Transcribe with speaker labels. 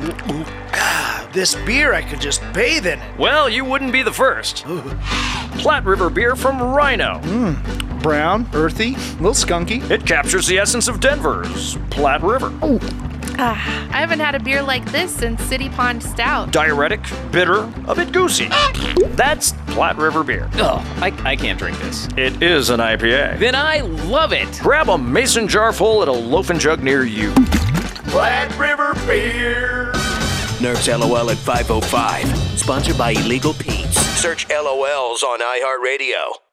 Speaker 1: Ah, This beer, I could just bathe in it.
Speaker 2: Well, you wouldn't be the first. Platte River beer from Rhino.
Speaker 1: Brown, earthy, a little skunky.
Speaker 2: It captures the essence of Denver's Platte River.
Speaker 3: I haven't had a beer like this since City Pond Stout.
Speaker 2: Diuretic, bitter, a bit goosey. That's Platte River beer.
Speaker 4: Oh, I, I can't drink this.
Speaker 2: It is an IPA.
Speaker 4: Then I love it.
Speaker 2: Grab a mason jar full at a loaf and jug near you.
Speaker 5: Nerf's LOL at 505. Sponsored by Illegal Pete's. Search LOLs on iHeartRadio.